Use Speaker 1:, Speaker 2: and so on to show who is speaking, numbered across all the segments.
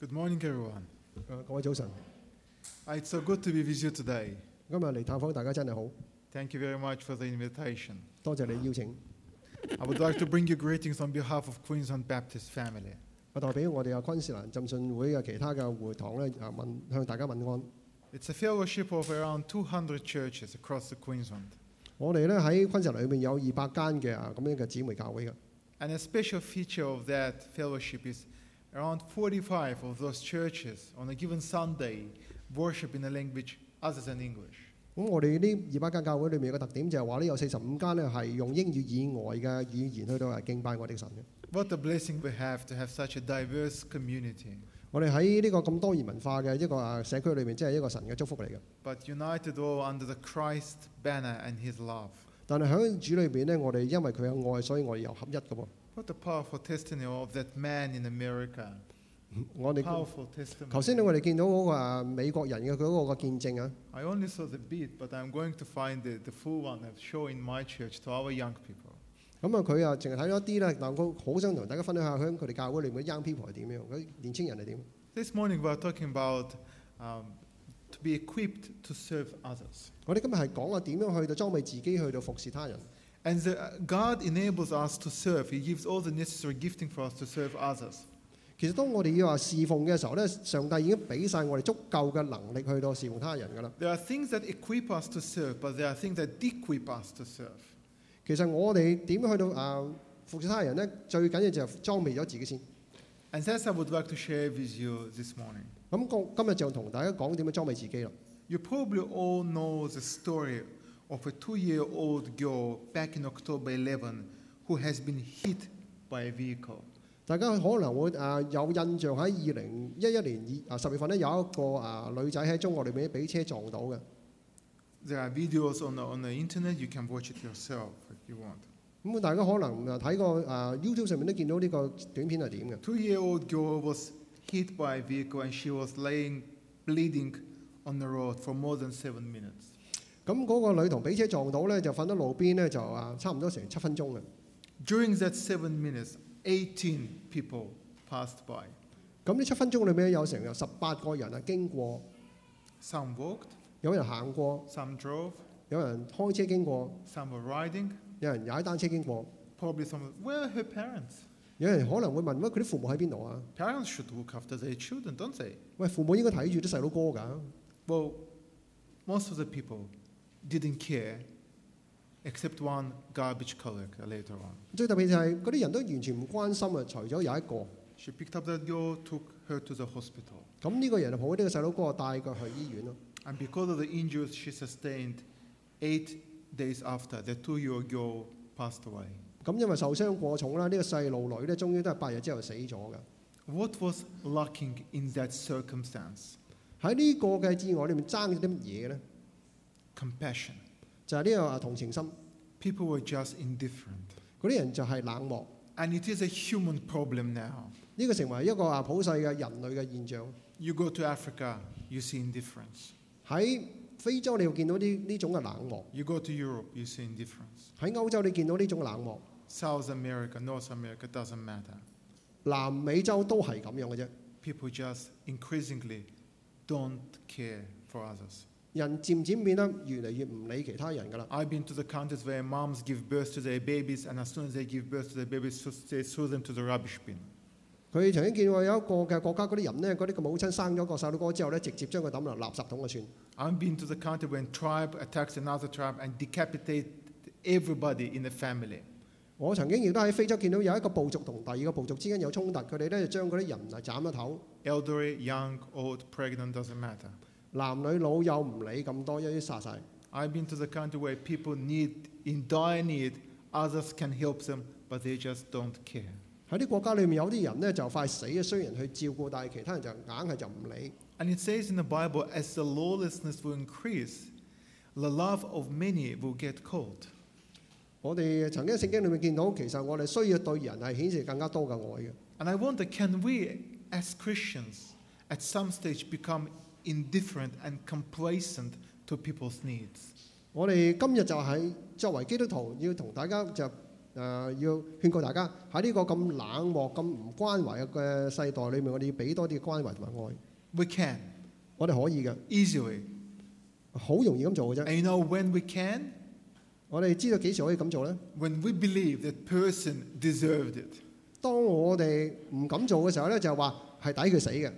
Speaker 1: Good morning, everyone.
Speaker 2: 啊，各位早晨，
Speaker 1: Uh, It's so good to be with you today.
Speaker 2: 今日嚟探訪大家真係好，
Speaker 1: Thank you very much for the invitation.
Speaker 2: 多謝你邀請。
Speaker 1: I would like to bring you greetings on behalf of Queensland Baptist family.
Speaker 2: 我代表我哋嘅昆士蘭浸信會嘅其他嘅會堂咧，啊問向大家問安。
Speaker 1: It's a fellowship of around 200 churches across the Queensland,
Speaker 2: 我哋咧喺昆士蘭裏面有二百間嘅啊咁樣嘅姊妹教會嘅，
Speaker 1: and a special feature of that fellowship is around 45 of those churches on a given Sunday worship in a language other than English.
Speaker 2: 咁我哋呢二百間教會裏面有個特點就係話呢，有四十五間咧係用英語以外嘅語言去到係敬拜我哋神嘅。
Speaker 1: What a blessing we have to have such a diverse community,
Speaker 2: 我哋喺呢個咁多元文化嘅一個啊社區裏面，真係一個神嘅祝福嚟嘅。
Speaker 1: but united all under the Christ banner and His love.
Speaker 2: 但係喺主裏邊咧，我哋因為佢嘅愛，所以我哋又合一嘅喎。
Speaker 1: What a powerful testimony of that man in America.
Speaker 2: 我哋
Speaker 1: Powerful testimony.
Speaker 2: 頭先咧，我哋見到嗰個啊美國人嘅佢嗰個嘅見證啊。
Speaker 1: I only saw the bit, but I'm going to find the, the full one and show in my church to our young people.
Speaker 2: 咁啊，佢啊，淨係睇咗一啲咧，但我好想同大家分享下佢佢哋教會裏面啲 young people 係點樣，佢年青人係點。
Speaker 1: This morning we are talking about um, to be equipped to serve others.
Speaker 2: 我哋今日係講啊點樣去到裝備自己，去到服侍他人。
Speaker 1: And the, uh, God enables us to serve. He gives all the necessary gifting for us to serve others.
Speaker 2: 其實當我哋要話侍奉嘅時候咧，上帝已經俾晒我哋足夠嘅能力去到侍奉他人㗎啦。
Speaker 1: There are things that equip us to serve, but there are things that equip us to serve.
Speaker 2: 其實我哋點樣去到啊服侍他人咧，最緊要就係裝備咗自己先。
Speaker 1: And that's I would like to share with you this morning.
Speaker 2: 咁今今日就同大家講點樣裝備自己啦。
Speaker 1: You probably all know the story of a two year old girl back in October 11 who has been hit by a vehicle.
Speaker 2: 大家可能會啊有印象喺二零一一年二啊十月份咧，有一個啊女仔喺中國裏面俾車撞到嘅。
Speaker 1: There are videos on the, on the internet, you can watch it yourself if you want.
Speaker 2: 咁大家可能啊睇過啊 YouTube 上面都見到呢個短片係點嘅。
Speaker 1: Two year old girl was hit by a vehicle and she was laying bleeding on the road for more than seven minutes.
Speaker 2: 咁嗰個女童俾車撞到咧，就瞓喺路邊咧，就啊差唔多成七分鐘嘅。
Speaker 1: During that seven minutes, 18 people passed by.
Speaker 2: 咁呢七分鐘裏面有成有十八個人啊經過，
Speaker 1: Some walked,
Speaker 2: 有人行過，
Speaker 1: some drove,
Speaker 2: 有人開車經過，
Speaker 1: some were riding.
Speaker 2: 有人踩單車經過，
Speaker 1: Probably some, where are her parents?
Speaker 2: 有人可能會問：喂，佢啲父母喺邊度啊？
Speaker 1: Parents should look after their children, don't they?
Speaker 2: 喂，父母應該睇住啲細佬哥㗎。
Speaker 1: Well, most of the people didn't care, except one garbage collector later on.
Speaker 2: 最特別就係嗰啲人都完全唔關心啊，除咗有一個。
Speaker 1: She picked up that girl, took her to the hospital.
Speaker 2: 咁呢個人就抱呢個細佬哥帶佢去醫院咯。
Speaker 1: And because of the injuries she sustained, eight days after, the two year old girl passed away.
Speaker 2: 咁因為受傷過重啦，呢、個細路女咧，終於都係八日之後死咗㗎。
Speaker 1: What was lacking in that circumstance?
Speaker 2: 喺呢個嘅意外裏面爭咗啲乜嘢咧？
Speaker 1: Compassion.
Speaker 2: 就係、呢個啊同情心，
Speaker 1: People were just indifferent.
Speaker 2: 嗰啲人就係冷漠。
Speaker 1: And it is a human problem now.
Speaker 2: 呢、個成為一個啊普世嘅人類嘅現象。
Speaker 1: You go to Africa, you see indifference.
Speaker 2: 喺非洲你會見到呢呢種嘅冷漠，
Speaker 1: You go to Europe, you see indifference.
Speaker 2: 喺歐洲你見到呢種冷漠，
Speaker 1: South America, North America, doesn't matter.
Speaker 2: 南美洲都係咁樣嘅啫。
Speaker 1: People just increasingly don't care for others.
Speaker 2: 人漸漸變得越嚟越唔理其他人㗎啦。
Speaker 1: I've been to the countries where moms give birth to their babies, and as soon as they give birth to their babies, so- they throw them to the rubbish bin.
Speaker 2: 佢曾經見過有一個嘅國家嗰啲人咧，嗰啲嘅母親生咗個細佬哥之後咧，直接將佢抌落垃圾桶就算。
Speaker 1: I've been to the country when tribe attacks another tribe and decapitate everybody in the family.
Speaker 2: 我曾經亦都喺非洲見到有一個部族同第二個部族之間有衝突，佢哋咧就將嗰啲人啊斬咗頭，
Speaker 1: Elderly, young, old, pregnant, doesn't matter.
Speaker 2: 男女老幼唔理咁多，一於殺晒。
Speaker 1: I've been to the country where people need, in dire need, others can help them, but they just don't care.
Speaker 2: 喺啲國家裏面有啲人咧就快死啊，雖然去照顧，但係其他人就硬係就唔理。
Speaker 1: And it says in the Bible, as the lawlessness will increase, the love of many will get cold.
Speaker 2: 我哋曾經喺聖經裏面見到，其實我哋需要對人係顯示更加多嘅愛嘅。
Speaker 1: And I wonder can we, as Christians, at some stage become indifferent and complacent to people's needs?
Speaker 2: 我哋今日就係作為基督徒，要同大家就呃要勸告大家喺呢個咁冷漠、咁唔關懷嘅世代裏面，我哋要俾多啲關懷同埋愛。
Speaker 1: We can,
Speaker 2: 我哋可以嘅，
Speaker 1: easily.
Speaker 2: 好容易咁做嘅啫。
Speaker 1: And you know when we can?
Speaker 2: 我哋知道幾時可以咁做呢？
Speaker 1: When we believe that person deserved it.
Speaker 2: 當我哋唔敢做嘅時候呢，就係話係抵佢死嘅。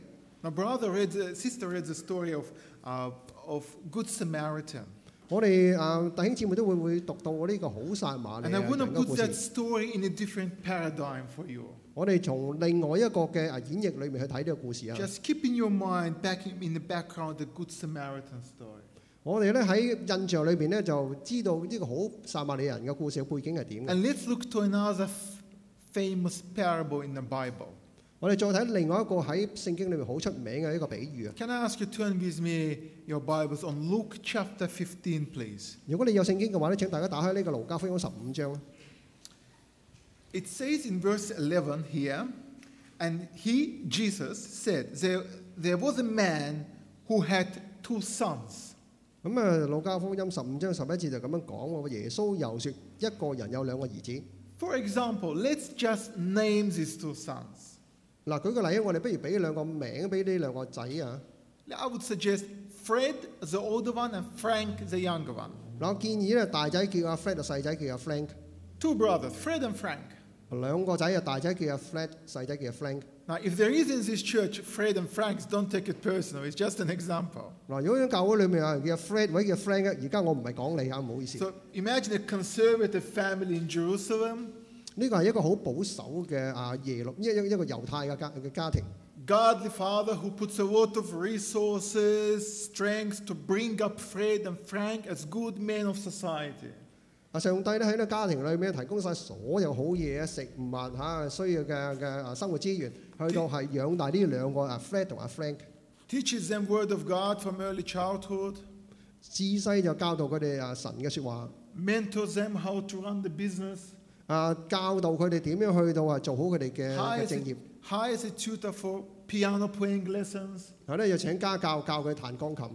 Speaker 1: My brother read, the, sister read the story of, uh, of Good Samaritan.
Speaker 2: 我哋啊、呃弟兄姊妹都會會讀到呢個好撒馬利
Speaker 1: And I
Speaker 2: 亞
Speaker 1: want to
Speaker 2: 人嘅故
Speaker 1: put that
Speaker 2: 事。
Speaker 1: story in a different paradigm for you.
Speaker 2: 我哋從另外一個嘅啊演繹裏面去睇呢個故事啊。
Speaker 1: Just keep in your mind, back in, in the background, the Good Samaritan story.
Speaker 2: 我哋咧喺印象裏邊咧就知道呢個好撒瑪利亞人嘅故事嘅背景係點嘅。
Speaker 1: And let's look to another f- famous parable in the Bible.
Speaker 2: 我哋再睇另外一個喺聖經裏面好出名嘅一個比喻啊。
Speaker 1: Can I ask you to turn with me your Bibles on Luke chapter 15, please?
Speaker 2: 如果你有聖經嘅話咧，請大家打開呢個路加福音十五章啦。
Speaker 1: It says in verse 11 here, and he, Jesus, said, There, there was a man who had two sons.
Speaker 2: 咁啊，路加福音十五章十一節就咁樣講喎。耶穌又説：一個人有兩個兒子。
Speaker 1: For example, let's just name these two sons.
Speaker 2: 嗱，舉個例啊，我哋不如俾兩個名俾呢兩個仔啊。
Speaker 1: I would suggest Fred, the older one, and Frank, the younger one.
Speaker 2: 嗱，我建議咧，大仔叫阿 Fred，細仔叫阿 Frank。
Speaker 1: Two brothers, Fred and Frank.
Speaker 2: 兩個仔啊，大仔叫阿 Fred，細仔叫阿 Frank。
Speaker 1: Now, if there is in this church Fred and Franks, don't take it personal. It's just an example.
Speaker 2: 嗱，如果喺教會裏面有人叫阿 Fred 或者叫 Frank 咧，而家我唔係講你啊，唔好意思。
Speaker 1: So imagine a conservative family in Jerusalem.
Speaker 2: 呢個係一個好保守嘅啊耶路一一一個猶太嘅家嘅家庭，
Speaker 1: Godly father who puts a lot of resources, strength to bring up Fred and Frank as good men of society.
Speaker 2: 啊上帝咧喺呢個家庭裏面提供晒所有好嘢、食物嚇、啊需要嘅嘅啊生活資源，去到係養大呢兩個啊 Fred 同阿 Frank，
Speaker 1: Teaches them word of God from early childhood,
Speaker 2: 自細就教導佢哋啊神嘅説話，
Speaker 1: mentors them how to run the business,
Speaker 2: 啊教導佢哋點樣去到啊做好佢哋嘅嘅
Speaker 1: hires
Speaker 2: 正業，
Speaker 1: a, hires a tutor for piano playing lessons.
Speaker 2: 然後咧又請家教教佢彈鋼琴。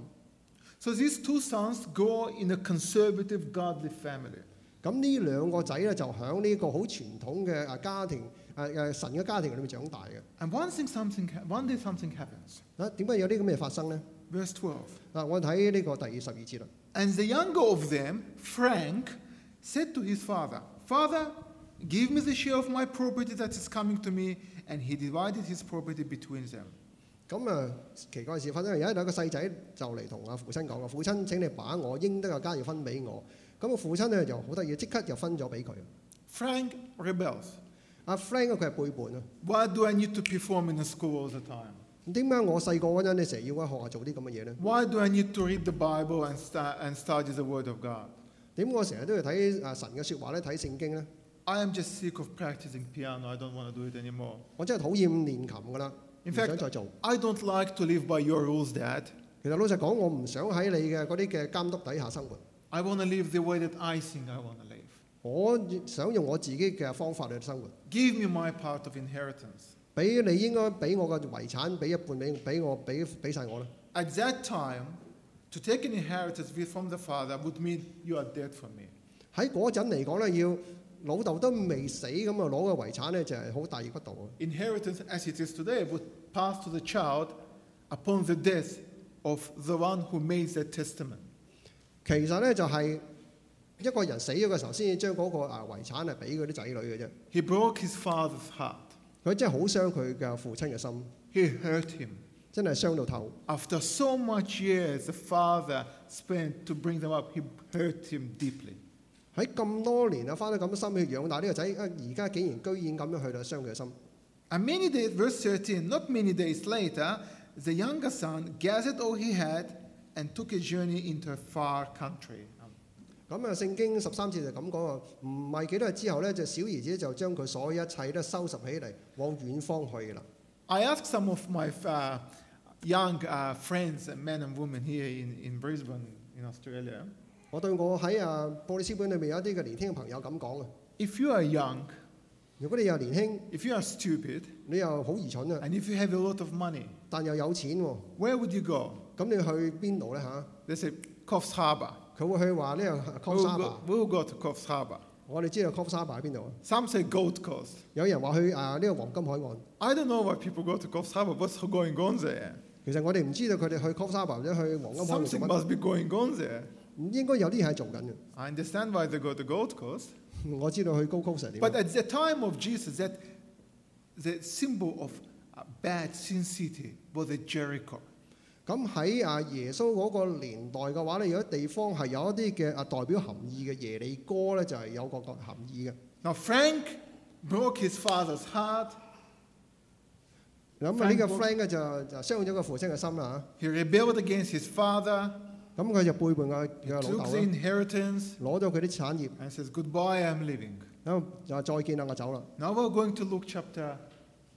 Speaker 1: So these two sons grow in a conservative godly family.
Speaker 2: 咁呢兩個仔咧就喺呢個好傳統嘅啊家庭啊誒神嘅家庭裏面長大嘅。
Speaker 1: And one thing, something, ha- one day something happens.
Speaker 2: 啊點解有啲咁嘅嘢發生咧？
Speaker 1: Verse 12.
Speaker 2: 啊我睇呢個第十二節啦。
Speaker 1: And the younger of them, Frank, said to his father, Father, give me the share of my property that is coming to me. And he divided his property between them.
Speaker 2: 咁啊，奇怪嘅事發生，有一兩個細仔就嚟同阿父親講啊，父親請你把我應得嘅家要分俾我。咁個父親咧就好得意，即刻就分咗俾佢。
Speaker 1: Frank rebels.
Speaker 2: 阿 Frank 啊佢係背叛啊，
Speaker 1: Why do I need to perform in a school all the time?
Speaker 2: 點解我細個嗰陣你成日要喺學校做啲咁嘅嘢咧？
Speaker 1: Why do I need to read the Bible and, stu- and study the Word of God?
Speaker 2: 點我成日都要睇啊神嘅説話咧，睇聖經咧？
Speaker 1: I am just sick of practicing piano. I don't want to do it anymore.
Speaker 2: 我真係討厭練琴㗎啦，唔
Speaker 1: In
Speaker 2: 想
Speaker 1: fact,
Speaker 2: 再做。
Speaker 1: I don't like to live by your rules, Dad.
Speaker 2: 其實老實講，我唔想喺你嘅嗰啲嘅監督底下生活。
Speaker 1: I want to live the way that I think I want to live.
Speaker 2: 我想用我自己嘅方法嚟生活，
Speaker 1: Give me my part of inheritance.
Speaker 2: 俾你應該俾我嘅遺產，俾一半俾俾我，俾俾曬我啦。
Speaker 1: At that time, to take an inheritance with- from the father would mean you are dead for me.
Speaker 2: 喺嗰陣嚟講咧，要老豆都未死咁啊，攞個遺產咧就係好大逆不道啊！
Speaker 1: Inheritance as it is today would pass to the child upon the death of the one who made that testament.
Speaker 2: 其實咧就係一個人死咗嘅時候，先至將嗰個啊遺產係俾嗰啲仔女嘅啫。
Speaker 1: He broke his father's heart.
Speaker 2: 佢真係好傷佢嘅父親嘅心，
Speaker 1: He hurt him.
Speaker 2: 真係傷到透。
Speaker 1: After so much years the father spent to bring them up, he hurt him deeply.
Speaker 2: 喺咁多年啊，花咗咁多心血養大呢個仔，啊而家竟然居然咁樣去到傷佢嘅心。
Speaker 1: And many days, verse 13, not many days later, the younger son gathered all he had and took a journey into a far country.
Speaker 2: 咁啊，聖經十三節就咁講啊，唔係幾多日之後咧，就小兒子就將佢所有一切都收拾起嚟，往遠方去啦。
Speaker 1: I asked some of my uh, young uh, friends, uh, men and women here in, in Brisbane, in Australia,
Speaker 2: 我對我喺啊布里斯本裏面有一啲嘅年輕嘅朋友咁講啊，
Speaker 1: if you are young,
Speaker 2: 如果你又年輕，
Speaker 1: if you are stupid,
Speaker 2: 你又好愚蠢啊，
Speaker 1: and if you have a lot of money,
Speaker 2: 但又有錢喎，
Speaker 1: where would you go?
Speaker 2: 咁你去邊度咧嚇？
Speaker 1: They say, Coffs Harbour.
Speaker 2: 佢會去話呢個 c o
Speaker 1: We'll
Speaker 2: s a
Speaker 1: go, we'll go to Coffs Harbour.
Speaker 2: 我哋知道 Coffs Harbour 喺邊度啊？
Speaker 1: Some say Gold Coast.
Speaker 2: 有人話去啊呢個黃金海岸，
Speaker 1: I don't know why people go to Coffs Harbour. What's going on there?
Speaker 2: 其實我哋唔知道佢哋去 Coffs Harbour 或者去黃金海岸做
Speaker 1: Something
Speaker 2: 乜，
Speaker 1: must be going on there.
Speaker 2: 應該有啲嘢係做緊嘅。
Speaker 1: I understand why they go to Gold Coast.
Speaker 2: 我知道去高 Coast 係點啊
Speaker 1: But。at the time of Jesus, that the symbol of a bad sin city was a Jericho.
Speaker 2: 咁喺啊耶穌嗰個年代嘅話咧，有啲地方係有一啲嘅啊代表含義嘅耶利哥咧，就係有個個含義嘅。
Speaker 1: Now Frank broke his father's heart.
Speaker 2: 咁啊呢個
Speaker 1: Frank-
Speaker 2: friend 咧就就傷咗個父親嘅心啦
Speaker 1: He rebelled against his father,
Speaker 2: 嚇。咁佢就背叛佢
Speaker 1: he
Speaker 2: 佢
Speaker 1: took the
Speaker 2: 嘅老豆啦，
Speaker 1: inheritance,
Speaker 2: 攞咗佢啲產業，
Speaker 1: and says, Goodbye, I'm leaving.
Speaker 2: 咁就再見啦，我走啦。
Speaker 1: Now we're going to Luke chapter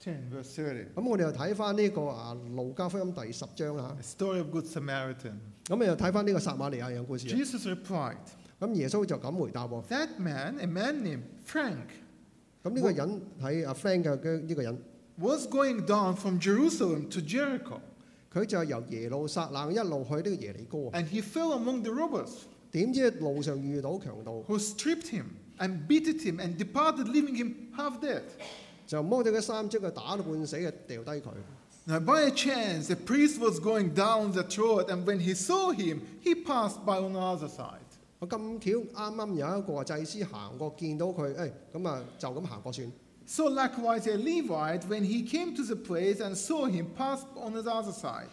Speaker 1: 10, verse 30,
Speaker 2: 咁我哋又睇翻呢個啊路加福音第十章啦
Speaker 1: a story of Good Samaritan.
Speaker 2: 嚇。咁又睇翻呢個撒瑪利亞人嘅故事啊。
Speaker 1: Jesus replied,
Speaker 2: 咁耶穌就咁回答喎。
Speaker 1: That man, a man named Frank,
Speaker 2: 咁呢個人喺阿 friend 嘅嘅呢個人，
Speaker 1: was going down from Jerusalem to Jericho,
Speaker 2: 佢就係由耶路撒冷一路去呢個耶利哥啊。
Speaker 1: and he fell among the robbers.
Speaker 2: 點知路上遇到強盜。
Speaker 1: who stripped him and beat him and departed, leaving him half dead.
Speaker 2: 就摸咗佢三隻，佢打到半死嘅，掉低佢。
Speaker 1: Now, by a chance, a priest was going down that road, and when he saw him, he passed by on the other side.
Speaker 2: 我咁巧啱啱有一個祭司行過，見到佢，誒、咁啊就咁行過算。
Speaker 1: So, likewise, a Levite, when he came to the place and saw him, passed on the other side.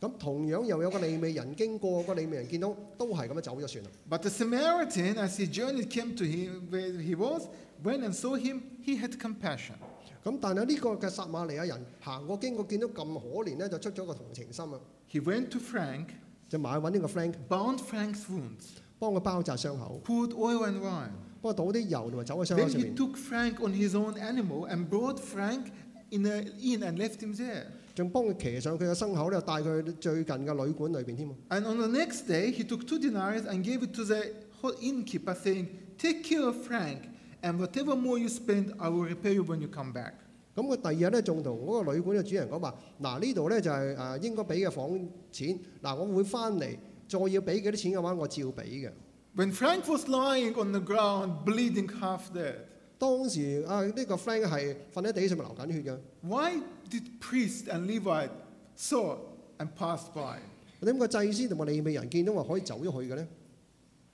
Speaker 2: 咁同樣又有個利未人經過，個利未人見到都係咁樣走咗算啦。
Speaker 1: But the Samaritan, as he journeyed, came to him where he was, went and saw him, he had compassion.
Speaker 2: 咁但係呢個嘅撒瑪利亞人行過經過，見到咁可憐咧，就出咗個同情心啊，
Speaker 1: He went to Frank,
Speaker 2: 就埋去揾呢個 Frank
Speaker 1: bound Frank's wounds,
Speaker 2: 幫佢包紮傷口，
Speaker 1: poured oil and wine.
Speaker 2: 幫佢倒啲油同埋走喺傷口
Speaker 1: Then
Speaker 2: 上
Speaker 1: he
Speaker 2: 面，
Speaker 1: took Frank on his own animal and brought Frank in an inn and left him there.
Speaker 2: 仲幫佢騎上佢嘅牲口咧，帶佢去最近嘅旅館裏邊添啊。
Speaker 1: And on the next day, he took two denarii and gave it to the ho- innkeeper, saying, Take care of Frank, and whatever more you spend, I will repay you when you come back.
Speaker 2: 咁佢第二日咧，仲同嗰個旅館嘅主人講話：嗱，呢度咧就係誒應該俾嘅房錢，嗱，我會翻嚟，再要俾幾多錢嘅話，我照俾嘅。
Speaker 1: When Frank was lying on the ground, bleeding half dead,
Speaker 2: 當時啊，呢、個 friend 係瞓喺地上面流緊血嘅。
Speaker 1: why did priest and Levite saw and passed by?
Speaker 2: 點解個祭司同埋利未人見到話可以走咗去嘅咧？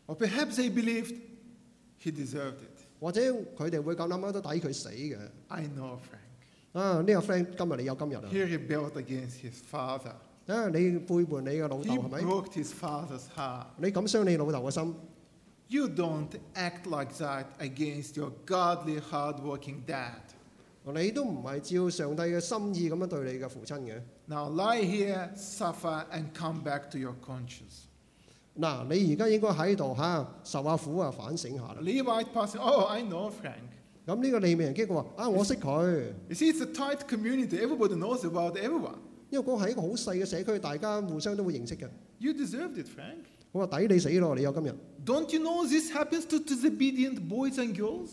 Speaker 1: Or perhaps they believed he deserved it.
Speaker 2: 或者佢哋會咁諗啊，都抵佢死嘅。
Speaker 1: I know Frank.
Speaker 2: 啊，呢、個 friend 今日你有今日啊！
Speaker 1: He rebelled against his father.
Speaker 2: 啊，你背叛你嘅老豆
Speaker 1: He
Speaker 2: 係咪？
Speaker 1: broke his father's heart.
Speaker 2: 你咁傷你老豆嘅心，
Speaker 1: You don't act like that against your godly, hardworking dad.
Speaker 2: 你都唔係照上帝嘅心意咁樣對你嘅父親嘅。
Speaker 1: Now lie here, suffer, and come back to your conscience.
Speaker 2: 嗱，你而家應該喺度嚇受下苦啊，反省下啦。
Speaker 1: Levite passing, oh, I know Frank.
Speaker 2: 咁呢個利未人經過話：啊，我識佢，
Speaker 1: You see, it's a tight community. Everybody knows about everyone.
Speaker 2: 因為嗰個係一個好細嘅社區，大家互相都會認識嘅。
Speaker 1: You deserved it, Frank.
Speaker 2: 我話抵你死咯，你有今日。
Speaker 1: Don't you know this happens to disobedient boys and girls?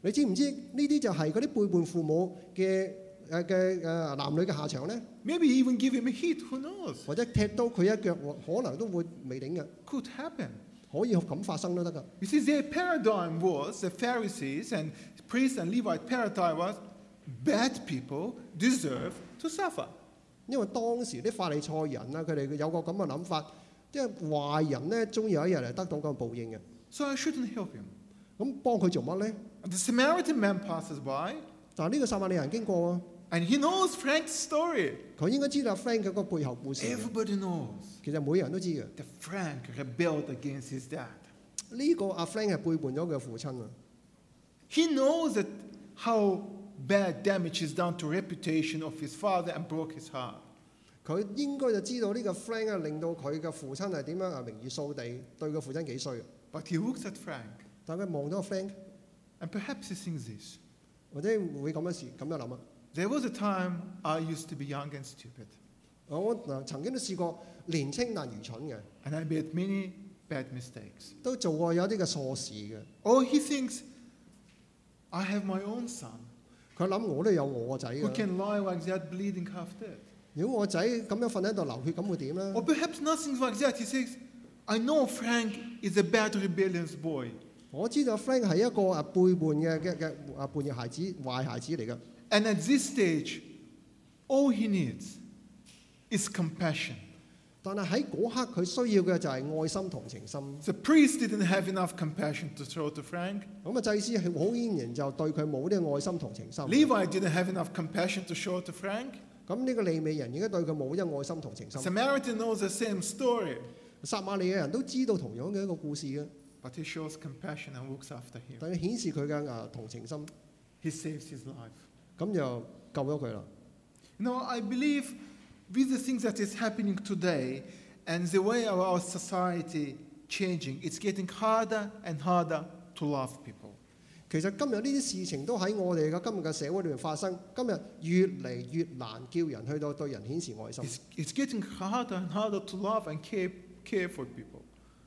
Speaker 2: 你知唔知呢啲就係嗰啲背叛父母嘅誒嘅誒男女嘅下場咧？
Speaker 1: Maybe even give him a hit, who knows?
Speaker 2: 或者踢到佢一腳，可能都會未頂嘅，
Speaker 1: Could happen.
Speaker 2: 可以咁發生都得㗎。
Speaker 1: You see, their paradigm was the Pharisees and priests and Levite paradigm was bad people deserve to suffer.
Speaker 2: 因為當時啲法利賽人啊，佢哋有個咁嘅諗法，即係壞人咧，終有一日係得到咁嘅報應嘅。
Speaker 1: So I shouldn't help him.
Speaker 2: 咁幫佢做乜咧？
Speaker 1: The Samaritan man passes by
Speaker 2: 但係呢個撒瑪利亞人經過啊，
Speaker 1: and he knows Frank's story.
Speaker 2: 佢應該知道 Frank 嘅個背後故事嘅。
Speaker 1: Everybody knows
Speaker 2: 其實每人都知嘅。
Speaker 1: that Frank rebelled against his dad.
Speaker 2: 呢個阿 Frank 係背叛咗佢父親啊！
Speaker 1: He knows that how bad damage is done to reputation of his father and broke his heart.
Speaker 2: 佢應該就知道呢個 Frank 啊，令到佢嘅父親係點樣啊名譽掃地，對佢父親幾衰啊！
Speaker 1: But he looks at Frank
Speaker 2: 但佢望到個 Frank，
Speaker 1: and perhaps he thinks this.
Speaker 2: 或者會咁樣事咁樣諗啊！
Speaker 1: There was a time I used to be young and stupid.
Speaker 2: 我嗱曾經都試過年青但愚蠢嘅，
Speaker 1: and I made many bad mistakes.
Speaker 2: 都做過有啲嘅錯事嘅。
Speaker 1: Or he thinks, I have my own son
Speaker 2: 佢諗我都有我個仔
Speaker 1: who
Speaker 2: 嘅，
Speaker 1: can lie like that, bleeding half dead.
Speaker 2: 如果我仔咁樣瞓喺度流血，咁會點咧？
Speaker 1: Or perhaps nothing like that. He says, I know Frank is a bad, rebellious boy,
Speaker 2: 我知道 Frank 係一個啊背叛嘅嘅嘅啊叛逆孩子、壞孩子嚟嘅。
Speaker 1: And at this stage, all he needs is compassion.
Speaker 2: 但係喺嗰刻佢需要嘅就係愛心同情心。
Speaker 1: The priest didn't have enough compassion to show to Frank.
Speaker 2: 咁啊，祭司係好顯然就對佢冇呢個愛心同情心。
Speaker 1: Levi didn't have enough compassion to show to Frank.
Speaker 2: 咁呢個利未人應該對佢冇呢個愛心同情心。
Speaker 1: Samaritan knows the same story,
Speaker 2: 撒瑪利亞人都知道同樣嘅一個故事嘅，
Speaker 1: but he shows compassion and looks after him.
Speaker 2: 但係顯示佢嘅啊同情心，
Speaker 1: He saves his life.
Speaker 2: 咁就救咗佢啦。
Speaker 1: You know, I believe with the things that is happening today and the way of our society changing, it's getting harder and harder to love people.
Speaker 2: 其實今日呢啲事情都喺我哋嘅今日嘅社會裏面發生，今日越嚟越難叫人去到對人顯示愛心，
Speaker 1: It's, it's getting harder and harder to love and care, care for people.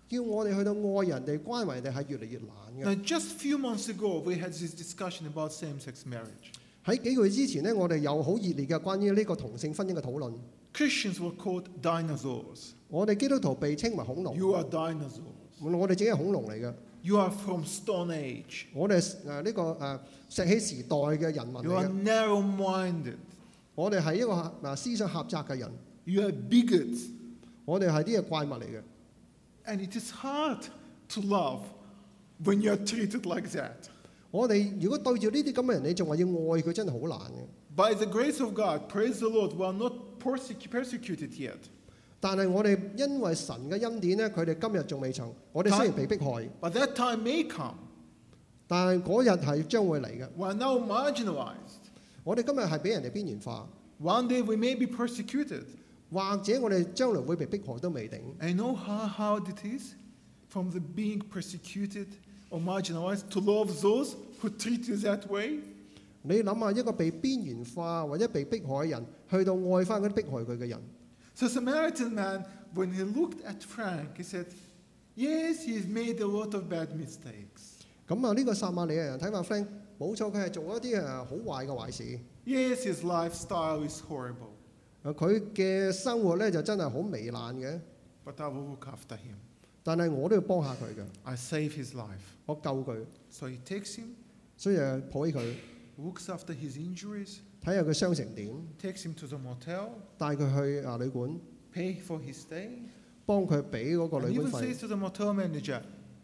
Speaker 2: 要我哋去到愛人哋、關懷人哋係越嚟越難嘅。
Speaker 1: Now, just a few months ago, we had this discussion about same sex marriage.
Speaker 2: 喺幾個月之前呢，我哋有好熱烈嘅關於呢個同性婚姻嘅討論。
Speaker 1: Christians were called dinosaurs.
Speaker 2: 我哋基督徒被稱為恐龍，
Speaker 1: You are dinosaurs.
Speaker 2: 我哋自己係恐龍嚟嘅，
Speaker 1: You are from Stone Age.
Speaker 2: 我哋誒呢個誒石器時代嘅人民嚟
Speaker 1: You are
Speaker 2: 嘅，
Speaker 1: narrow minded.
Speaker 2: 我哋係一個誒思想狹窄嘅人，
Speaker 1: You are bigots.
Speaker 2: 我哋係啲嘢怪物嚟嘅。
Speaker 1: And it is hard to love when you are treated like that.
Speaker 2: 我哋如果對住呢啲咁嘅人，你仲話要愛佢，真係好難嘅。
Speaker 1: By the grace of God, praise the Lord, we are not persec- persecuted yet.
Speaker 2: 但係我哋因為神嘅恩典咧，佢哋今日仲未曾。我哋雖然被迫害，
Speaker 1: But that time may come.
Speaker 2: 但係嗰日係將會嚟嘅。
Speaker 1: We are now marginalized.
Speaker 2: 我哋今日係俾人哋邊緣化，
Speaker 1: One day we may be persecuted.
Speaker 2: 或者我哋將來會被迫害都未定。
Speaker 1: I know how hard it is from the being persecuted or marginalized to love those who treat you that way.
Speaker 2: 你諗下一個被邊緣化或者被迫害嘅人，去到愛翻嗰啲迫害佢嘅人。
Speaker 1: So Samaritan man, when he looked at Frank, he said, Yes, he's made a lot of bad mistakes.
Speaker 2: 咁啊，呢個撒瑪利亞人睇翻 Frank，冇錯，佢係做一啲誒好壞嘅壞事。
Speaker 1: Yes, his lifestyle is horrible,
Speaker 2: 誒佢嘅生活咧就真係好糜爛嘅，
Speaker 1: but I will look after him.
Speaker 2: 但係我都要幫下佢嘅，
Speaker 1: I save his life.
Speaker 2: 我救佢，
Speaker 1: So he takes him,
Speaker 2: 所以誒抱起佢，
Speaker 1: looks after his injuries,
Speaker 2: 睇下佢傷成點，
Speaker 1: takes him to the motel,
Speaker 2: 帶佢去啊旅館。
Speaker 1: pay for his stay,
Speaker 2: 幫佢俾嗰個
Speaker 1: and
Speaker 2: 旅館
Speaker 1: even says
Speaker 2: 費。
Speaker 1: to the motel manager,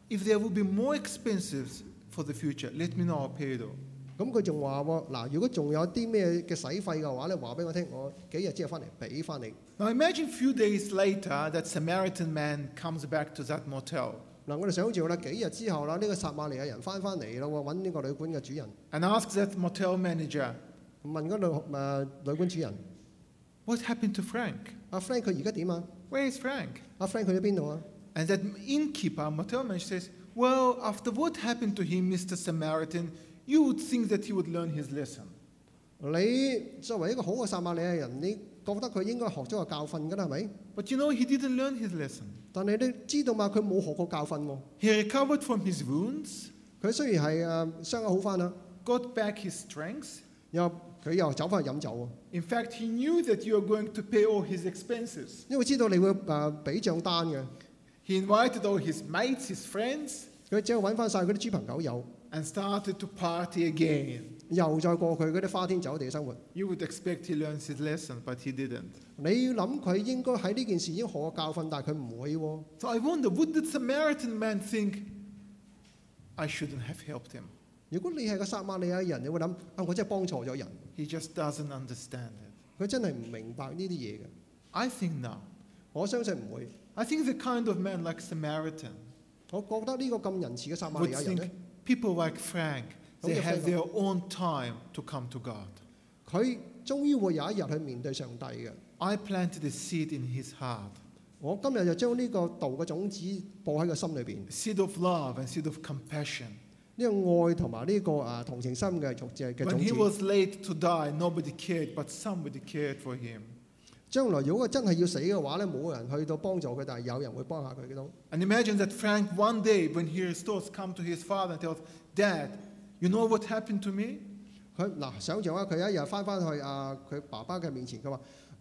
Speaker 1: if there will be more expenses for the future, let me know, I'll pay it all.
Speaker 2: 咁佢仲話喎，嗱，如果仲有啲咩嘅使費嘅話咧，話俾我聽，我幾日之後翻嚟俾翻你。
Speaker 1: Now imagine a few days later that Samaritan man comes back to that motel
Speaker 2: 嗱，我哋想住啦，幾日之後啦，呢、個撒瑪利亞人翻翻嚟咯喎，揾呢個旅館嘅主人，
Speaker 1: and asks that motel manager,
Speaker 2: 問嗰旅誒旅館主人，
Speaker 1: what happened to Frank?
Speaker 2: 阿 Frank 佢而家點啊？
Speaker 1: Where is Frank?
Speaker 2: 阿 Frank 去咗邊度啊？
Speaker 1: And that innkeeper, motel manager says, well, after what happened to him, Mr. Samaritan, you would think that he would learn his lesson.
Speaker 2: 你作為一個好嘅撒瑪利亞人，你覺得佢應該學咗個教訓㗎啦，係咪？
Speaker 1: But you know, he didn't learn his lesson.
Speaker 2: 但係你知道嘛，佢冇學過教訓喎。
Speaker 1: He recovered from his wounds,
Speaker 2: 佢雖然係誒、呃、傷口好翻啦，
Speaker 1: got back his strength.
Speaker 2: 又佢又走翻去飲酒喎，
Speaker 1: In fact, he knew that you are going to pay all his expenses.
Speaker 2: 因為知道你會誒俾帳單嘅。
Speaker 1: He invited all his mates, his friends,
Speaker 2: 佢只係揾翻晒嗰啲豬朋狗友，
Speaker 1: and started to party again.
Speaker 2: 又再過佢嗰啲花天酒地嘅生活。
Speaker 1: You would expect he learns his lesson, but he didn't.
Speaker 2: 你諗佢應該喺呢件事已經學過教訓，但係佢唔會喎。
Speaker 1: So I wonder would the Samaritan man think, I shouldn't have helped him?
Speaker 2: 如果你係個撒瑪利亞人，你會諗啊，我真係幫錯咗人。
Speaker 1: He just doesn't understand it.
Speaker 2: 佢真係唔明白呢啲嘢嘅。
Speaker 1: I think no.
Speaker 2: 我相信唔會。
Speaker 1: I think the kind of man like Samaritan
Speaker 2: 我覺得呢個咁仁慈嘅撒瑪
Speaker 1: would
Speaker 2: 利亞人咧
Speaker 1: think，people like Frank,
Speaker 2: Oh,
Speaker 1: they
Speaker 2: yeah,
Speaker 1: have
Speaker 2: eh? Frank.
Speaker 1: their own time to come to God.
Speaker 2: 佢終於會有一日去面對上帝嘅。
Speaker 1: I planted a seed in his heart,
Speaker 2: 我今日就將呢個道嘅種子播喺個心裏邊，
Speaker 1: a seed of love and seed of compassion.
Speaker 2: 呢、個愛同埋呢個啊同情心嘅種嘅嘅
Speaker 1: When he
Speaker 2: 種子。
Speaker 1: was late to die, nobody cared, but somebody cared for him.
Speaker 2: 將來如果佢真係要死嘅話咧，冇人去到幫助佢，但係有人會幫下佢嘅都。
Speaker 1: And imagine that Frank one day, when he restores, come to his father and tells, Dad, you know what happened to me?
Speaker 2: 佢嗱想象啊，佢有一日翻翻去啊佢爸爸嘅面前，佢話：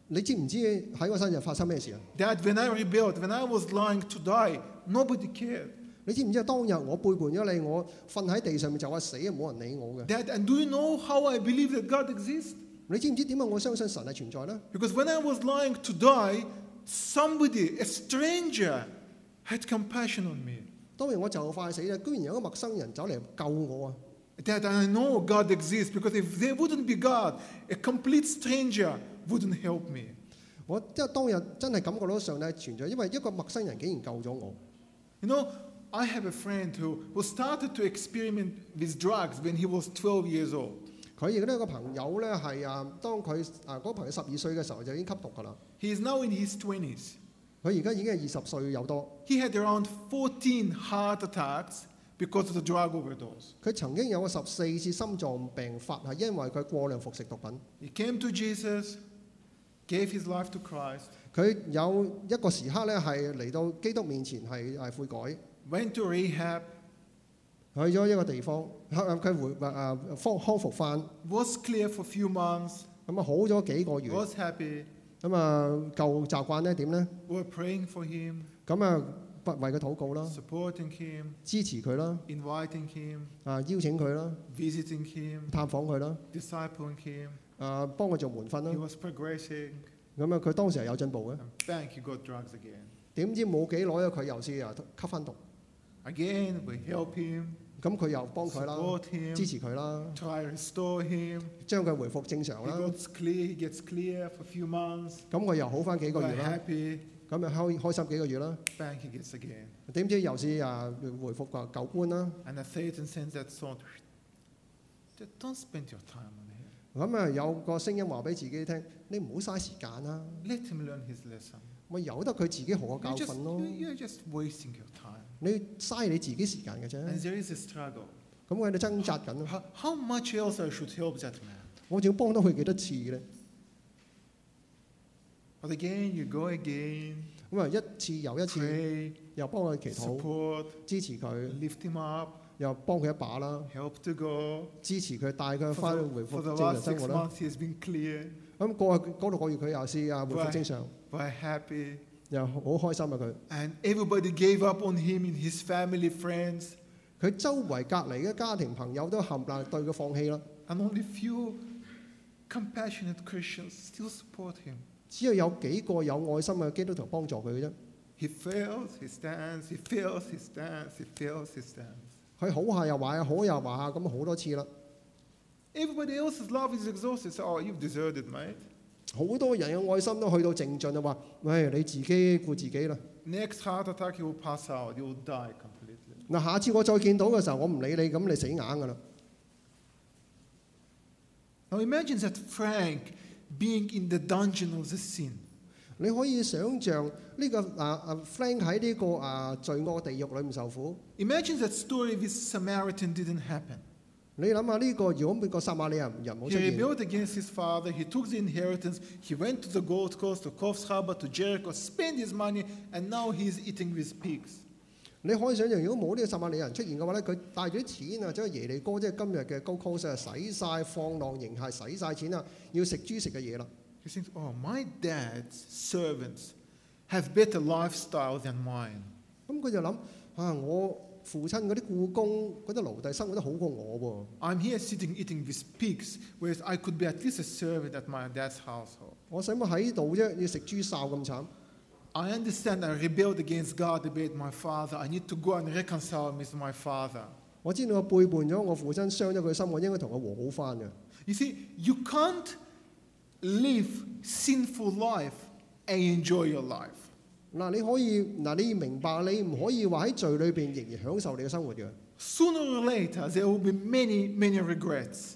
Speaker 2: 你知唔知喺我身上發生咩事啊？
Speaker 1: Dad, when I rebelled, when I was lying to die, nobody cared.
Speaker 2: 你知唔知啊？當日我背叛咗你，我瞓喺地上面就話死，冇人理我嘅。
Speaker 1: That, and do you know how I believe that God exists?
Speaker 2: 你知唔知點解我相信神係存在呢？
Speaker 1: Because when I was lying to die, somebody, a stranger, had compassion on me.
Speaker 2: 當然我就快死啦，居然有一個陌生人走嚟救我啊！
Speaker 1: That I know God exists because if there wouldn't be God, a complete stranger wouldn't help me.
Speaker 2: 我即係當日真係感覺到上帝存在，因為一個陌生人竟然救咗我。
Speaker 1: You know, I have a friend who, who started to experiment with drugs when he was 12 years old.
Speaker 2: 佢亦都有個朋友呢，係啊，當佢啊嗰個朋友十二歲嘅時候就已經吸毒㗎啦。
Speaker 1: He is now in his 20s.
Speaker 2: 佢而家已經係二十歲有多。
Speaker 1: He had around 14 heart attacks because of the drug overdose.
Speaker 2: 佢曾經有個十四次心臟病發，係因為佢過量服食毒品。
Speaker 1: He came to Jesus, gave his life to Christ,
Speaker 2: 佢有一個時刻呢，係嚟到基督面前係係悔改。
Speaker 1: went to rehab,
Speaker 2: 去咗一個地方，佢佢回啊康康復翻，
Speaker 1: was clear for a few months,
Speaker 2: 咁啊好咗幾個月，
Speaker 1: was happy,
Speaker 2: 咁啊舊習慣咧點咧？
Speaker 1: were praying for him,
Speaker 2: 咁啊不為佢禱告啦，
Speaker 1: supporting him,
Speaker 2: 支持佢啦，
Speaker 1: inviting him,
Speaker 2: 啊邀請佢啦，
Speaker 1: visiting him,
Speaker 2: 探訪佢啦，
Speaker 1: discipling him.
Speaker 2: 啊幫佢做門訓
Speaker 1: He
Speaker 2: 啦。
Speaker 1: was progressing,
Speaker 2: 咁啊佢當時係有進步嘅，
Speaker 1: and bang, he got drugs again.
Speaker 2: 點知冇幾耐啊佢又試啊吸翻毒，
Speaker 1: Again, we help him,
Speaker 2: 咁佢又幫佢啦，
Speaker 1: support him,
Speaker 2: 支持佢啦，
Speaker 1: try restore him.
Speaker 2: 將佢回復正常
Speaker 1: He
Speaker 2: 啦。
Speaker 1: gets clear, he gets clear for a few months.
Speaker 2: 咁佢又好翻幾個
Speaker 1: We're
Speaker 2: 月啦，
Speaker 1: happy,
Speaker 2: 咁啊開開心幾個月啦。
Speaker 1: bang, he gets again.
Speaker 2: 點知又試啊回復個舊觀啦。
Speaker 1: And the Satan sends that thought, "Just don't spend your time on him.
Speaker 2: 咁啊有個聲音話俾自己聽：你唔好嘥時間啦，
Speaker 1: Let him learn his lesson.
Speaker 2: 咪由得佢自己學個
Speaker 1: You're
Speaker 2: 教
Speaker 1: just,
Speaker 2: 訓咯。
Speaker 1: you- you're just wasting your time.
Speaker 2: 你嘥你自己時間嘅啫。
Speaker 1: And there is a struggle.
Speaker 2: 咁我喺度掙扎緊啊咯，
Speaker 1: How, how much else I should help that man?
Speaker 2: 我仲要幫到佢幾多次咧？
Speaker 1: But again, you go again,
Speaker 2: 咁啊一次又一次，
Speaker 1: pray,
Speaker 2: 又幫佢祈禱，
Speaker 1: support,
Speaker 2: 支持佢，
Speaker 1: lift him up,
Speaker 2: 又幫佢一把啦，
Speaker 1: help to go.
Speaker 2: 支持佢，帶佢
Speaker 1: For
Speaker 2: 翻
Speaker 1: the,
Speaker 2: 回
Speaker 1: for the
Speaker 2: 復正常
Speaker 1: last
Speaker 2: 生
Speaker 1: six
Speaker 2: 活啦。
Speaker 1: months, he's been clear.
Speaker 2: 咁過嗰六個月佢又試啊回復正常，
Speaker 1: We're happy.
Speaker 2: 又好開心啊佢。
Speaker 1: And everybody gave up on him in his family, friends.
Speaker 2: 佢周圍隔離嘅家庭朋友都冚唪唥對佢放棄啦，
Speaker 1: And only few compassionate Christians still support him.
Speaker 2: 只有有幾個有愛心嘅基督徒幫助佢嘅啫。
Speaker 1: He fails, he stands, he fails, he stands, he fails, he stands.
Speaker 2: 佢好下又話啊，好又話啊，咁好多次啦。
Speaker 1: Everybody else's love is exhausted. So, oh, you've deserted, mate.
Speaker 2: 好多人嘅愛心都去到靜盡啊，話：，喂，你自己顧自己啦。
Speaker 1: Next heart attack, you will pass out, you will die completely.
Speaker 2: 嗱，下次我再見到嘅時候，我唔理你，咁你死硬噶啦。
Speaker 1: Now imagine that Frank being in the dungeon of the sin.
Speaker 2: 你可以想象呢、個啊啊 Frank 喺呢、個啊罪惡地獄裏面受苦。
Speaker 1: Imagine that story with Samaritan didn't happen.
Speaker 2: 你諗下呢個，如果美國撒瑪利亞人冇出
Speaker 1: He
Speaker 2: 現，
Speaker 1: rebelled against his father, he took the inheritance, he went to the Gold Coast, to Coffs Harbor, to Jericho, spent his money, and now he's eating with pigs.
Speaker 2: 你可以想象如果冇呢個撒瑪利亞人出現嘅話咧，佢帶住啲錢啊，將耶利哥即係今日嘅高 cost 啊，使晒放浪形骸，使晒錢啊，要食豬食嘅嘢啦。
Speaker 1: He thinks, oh, my dad's servants have better lifestyle than mine.
Speaker 2: 咁佢就諗啊，我父親嗰啲僱工嗰啲奴隸生活得好過我
Speaker 1: I'm here sitting eating with pigs, whereas I could be at least a servant at my dad's household.
Speaker 2: 喎，我使乜喺度啫？要食豬哨咁慘。
Speaker 1: I understand I rebelled against God, obeyed my father. I need to go and reconcile with my father.
Speaker 2: 我知道我背叛咗我父親，傷咗佢心，我應該同佢和好翻嘅。
Speaker 1: You see, you can't live sinful life and enjoy your life.
Speaker 2: 嗱，你可以嗱，你要明白，你唔可以話喺罪裏邊仍然享受你嘅生活嘅，
Speaker 1: Sooner or later, there will be many, many regrets.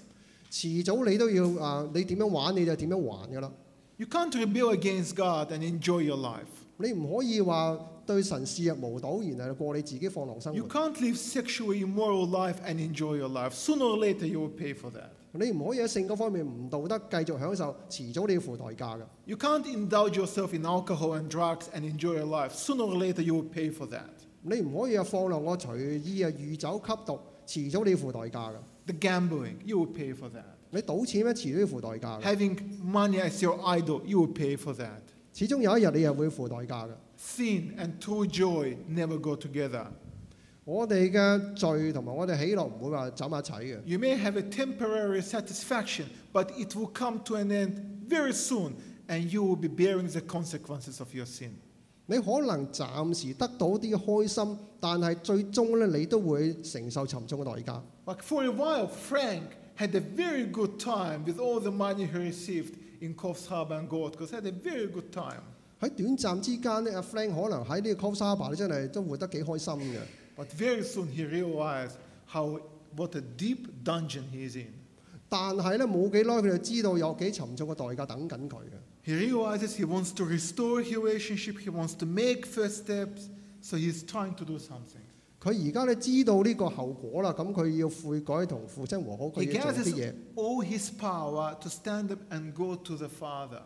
Speaker 2: 遲早你都要啊，你點樣玩你就點樣還㗎啦。
Speaker 1: You can't rebel against God and enjoy your life.
Speaker 2: 你唔可以話對神視若無睹，然後過你自己放浪生
Speaker 1: You
Speaker 2: 活。
Speaker 1: can't live sexually immoral life and enjoy your life. Sooner or later, you will pay for that.
Speaker 2: 你唔可以喺性嗰方面唔道德，繼續享受，遲早你要付代價㗎。
Speaker 1: You can't indulge yourself in alcohol and drugs and enjoy your life. Sooner or later, you will pay for that.
Speaker 2: 你唔可以啊放浪我隨意啊酗酒吸毒，遲早你要付代價㗎。
Speaker 1: The gambling, you will pay for that.
Speaker 2: 你賭錢咧，遲早要付代價㗎。
Speaker 1: Having money as your idol, you will pay for that.
Speaker 2: 始終有一日你又會付代價㗎。
Speaker 1: Sin and true joy never go together.
Speaker 2: 我哋嘅罪同埋我哋喜樂唔會話走埋一齊嘅。
Speaker 1: You may have a temporary satisfaction, but it will come to an end very soon, and you will be bearing the consequences of your sin.
Speaker 2: 你可能暫時得到啲開心，但係最終咧，你都會承受沉重嘅代價。
Speaker 1: Like for a while, Frank had a very good time with all the money he received in Coffs Harbour and Gold Coast. Had a very good time,
Speaker 2: 喺短暫之間咧，阿 Frank 可能喺呢個 c o s a b a 咧，真係都活得幾開心嘅。
Speaker 1: but very soon he realized how what a deep dungeon he is in.
Speaker 2: 但係咧，冇幾耐佢就知道有幾沉重嘅代價等緊佢嘅。
Speaker 1: He realizes he wants to restore his relationship. He wants to make first steps, so he's trying to do something.
Speaker 2: 佢而家咧知道呢個後果啦，咁佢要悔改同父親和好，
Speaker 1: He
Speaker 2: 佢要做啲
Speaker 1: gathers
Speaker 2: 嘢。
Speaker 1: all his power to stand up and go to the Father.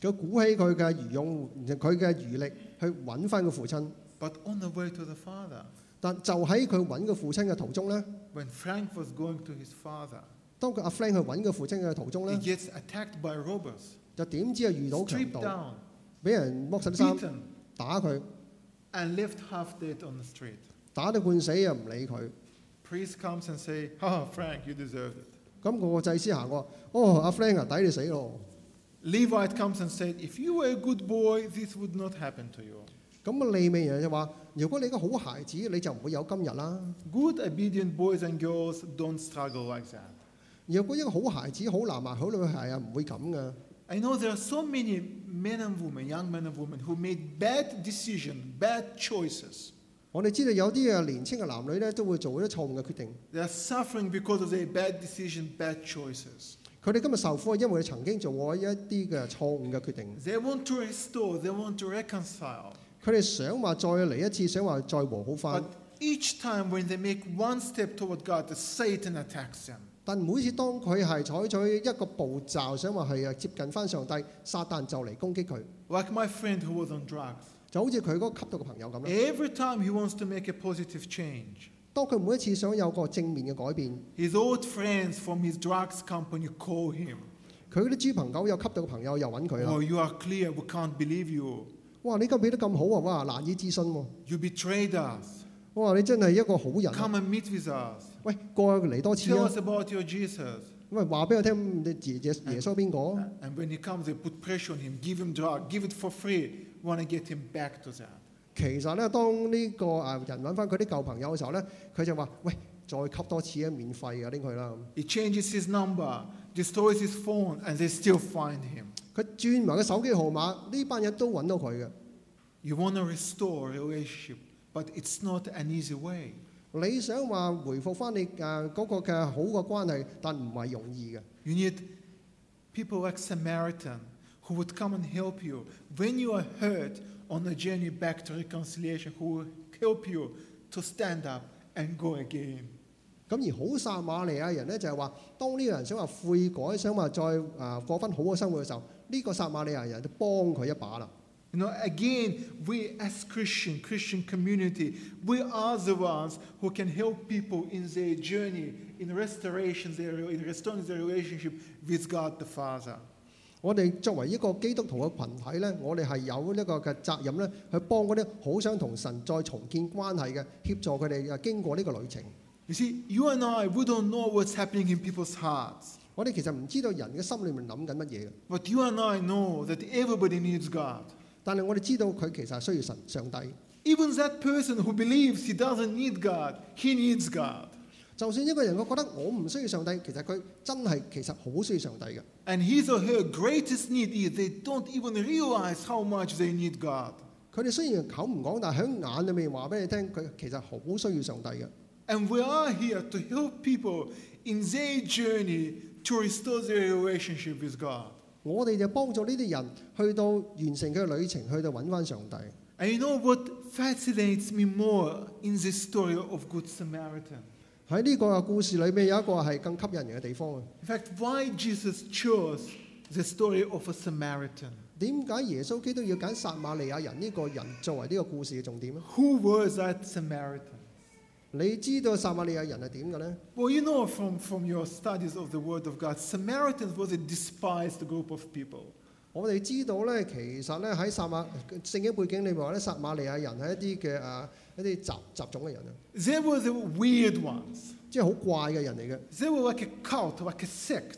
Speaker 2: 佢鼓起佢嘅餘勇，佢嘅餘力去揾翻個父親。
Speaker 1: But on the way to the Father,
Speaker 2: 但就喺佢揾個父親嘅途中咧，
Speaker 1: when Frank was going to his father,
Speaker 2: 當佢阿 Frank 去揾個父親嘅途中
Speaker 1: he
Speaker 2: 咧，
Speaker 1: gets attacked by robbers,
Speaker 2: 就點知啊遇到強
Speaker 1: stripped
Speaker 2: 盜。
Speaker 1: down,
Speaker 2: 俾人剝晒啲衫，
Speaker 1: beaten,
Speaker 2: 打佢，
Speaker 1: and left half dead on the street.
Speaker 2: 打到半死又唔理佢。
Speaker 1: Priest comes and say, "Ah, Frank, you deserved it."
Speaker 2: 咁我個祭司行過，哦，阿 Frank 啊，抵你死咯。
Speaker 1: Levite comes and said, "If you were a good boy, this would not happen to you.
Speaker 2: 咁啊，利未人就話：如果你個好孩子，你就唔會有今日啦。
Speaker 1: Good, obedient boys and girls don't struggle like that."
Speaker 2: 若果一個好孩子、好男孩、好女孩啊，唔會咁噶。
Speaker 1: I know there are so many men and women, young men and women, who made bad decisions, bad choices.
Speaker 2: 我哋知道有啲啊年青嘅男女咧，都會做啲錯誤嘅決定。
Speaker 1: They are suffering because of their bad decision, bad choices.
Speaker 2: 佢哋今日受苦，因為佢曾經做過一啲嘅錯誤嘅決定。
Speaker 1: They want to restore, they want to reconcile.
Speaker 2: 佢哋想話再嚟一次，想話再和好翻
Speaker 1: But，each time when they make one step toward God, the Satan attacks them.
Speaker 2: 但每次當佢係採取一個步驟，想話係啊接近翻上帝，撒旦就嚟攻擊佢。
Speaker 1: Like my friend who was on drugs.
Speaker 2: 就好似佢嗰個吸毒嘅朋友咁啦。
Speaker 1: Every time he wants to make a positive change,
Speaker 2: 當佢每一次想有個正面嘅改變，
Speaker 1: his old friends from his drugs company call him.
Speaker 2: 佢啲豬朋狗友吸毒嘅朋友又揾佢
Speaker 1: Oh,
Speaker 2: 啦。
Speaker 1: you are clear, we can't believe you.
Speaker 2: 哇！你今日俾得咁好啊！哇！難以置信喎、
Speaker 1: You betrayed us.
Speaker 2: 哇！你真係一個好人啊、
Speaker 1: Come and meet with us.
Speaker 2: 喂，過嚟多次
Speaker 1: Tell
Speaker 2: 啊！
Speaker 1: us about your Jesus.
Speaker 2: 喂，話俾我聽，你耶耶耶穌邊個？
Speaker 1: And when he comes, they put pressure on him, give him drug, give it for free. We want to get him back to that.
Speaker 2: 其實咧，當呢個誒人揾翻佢啲舊朋友嘅時候咧，佢就話：喂，再吸多次啊，免費嘅拎佢啦。
Speaker 1: He changes his number, destroys his phone, and they still find him.
Speaker 2: 佢轉埋個手機號碼，呢班人都揾到佢嘅。
Speaker 1: You want to restore a relationship, but it's not an easy way.
Speaker 2: 你想話回復翻你誒嗰個嘅好嘅關係，但唔係容易嘅。
Speaker 1: You need people like Samaritan who would come and help you when you are hurt on a journey back to reconciliation, who will help you to stand up and go again.
Speaker 2: 咁而好撒瑪利亞人咧就係話，當呢個人想話悔改，想話再啊過翻好嘅生活嘅時候，呢、個撒瑪利亞人就幫佢一把啦。
Speaker 1: You know, again, we as Christian, Christian community, we are the ones who can help people in their journey in restoration, their, in restoring their relationship with God the Father.
Speaker 2: 我哋作為一個基督徒嘅群體咧，我哋係有一個嘅責任咧，去幫嗰啲好想同神再重建關係嘅，協助佢哋啊經過呢個旅程。
Speaker 1: You see, you and I, we don't know what's happening in people's hearts,
Speaker 2: 我哋其實唔知道人嘅心裏面諗緊乜嘢嘅，
Speaker 1: but you and I know that everybody needs God.
Speaker 2: 但係我哋知道佢其實係需要神上帝。
Speaker 1: Even that person who believes he doesn't need God, he needs God.
Speaker 2: 就算一個人佢覺得我唔需要上帝，其實佢真係其實好需要上帝嘅。
Speaker 1: And his or her greatest need is they don't even realize how much they need God.
Speaker 2: 佢哋雖然口唔講，但係喺眼裏面話俾你聽，佢其實好需要上帝嘅。
Speaker 1: And we are here to help people in their journey to restore their relationship with God.
Speaker 2: 我哋就幫助呢啲人去到完成佢嘅旅程，去到揾翻上帝。
Speaker 1: And you know what fascinates me more in this story of Good Samaritan?
Speaker 2: 喺呢個故事裏面有一個係更吸引人嘅地方啊！
Speaker 1: In fact, why Jesus chose the story of a Samaritan?
Speaker 2: 點解耶穌基督要揀撒瑪利亞人呢個人作為呢個故事嘅重點咧？
Speaker 1: Who was that Samaritan?
Speaker 2: 你知道撒瑪利亞人係點嘅呢？
Speaker 1: Well, you know from, from your studies of the Word of God, Samaritans was a despised group of people.
Speaker 2: 我哋知道咧，其實咧喺撒馬聖經背景裏面話咧，撒馬利亞人係一啲嘅誒一啲雜雜種嘅人啊，
Speaker 1: They were the weird ones.
Speaker 2: 即係好怪嘅人嚟嘅。
Speaker 1: They were like a cult, like a sect.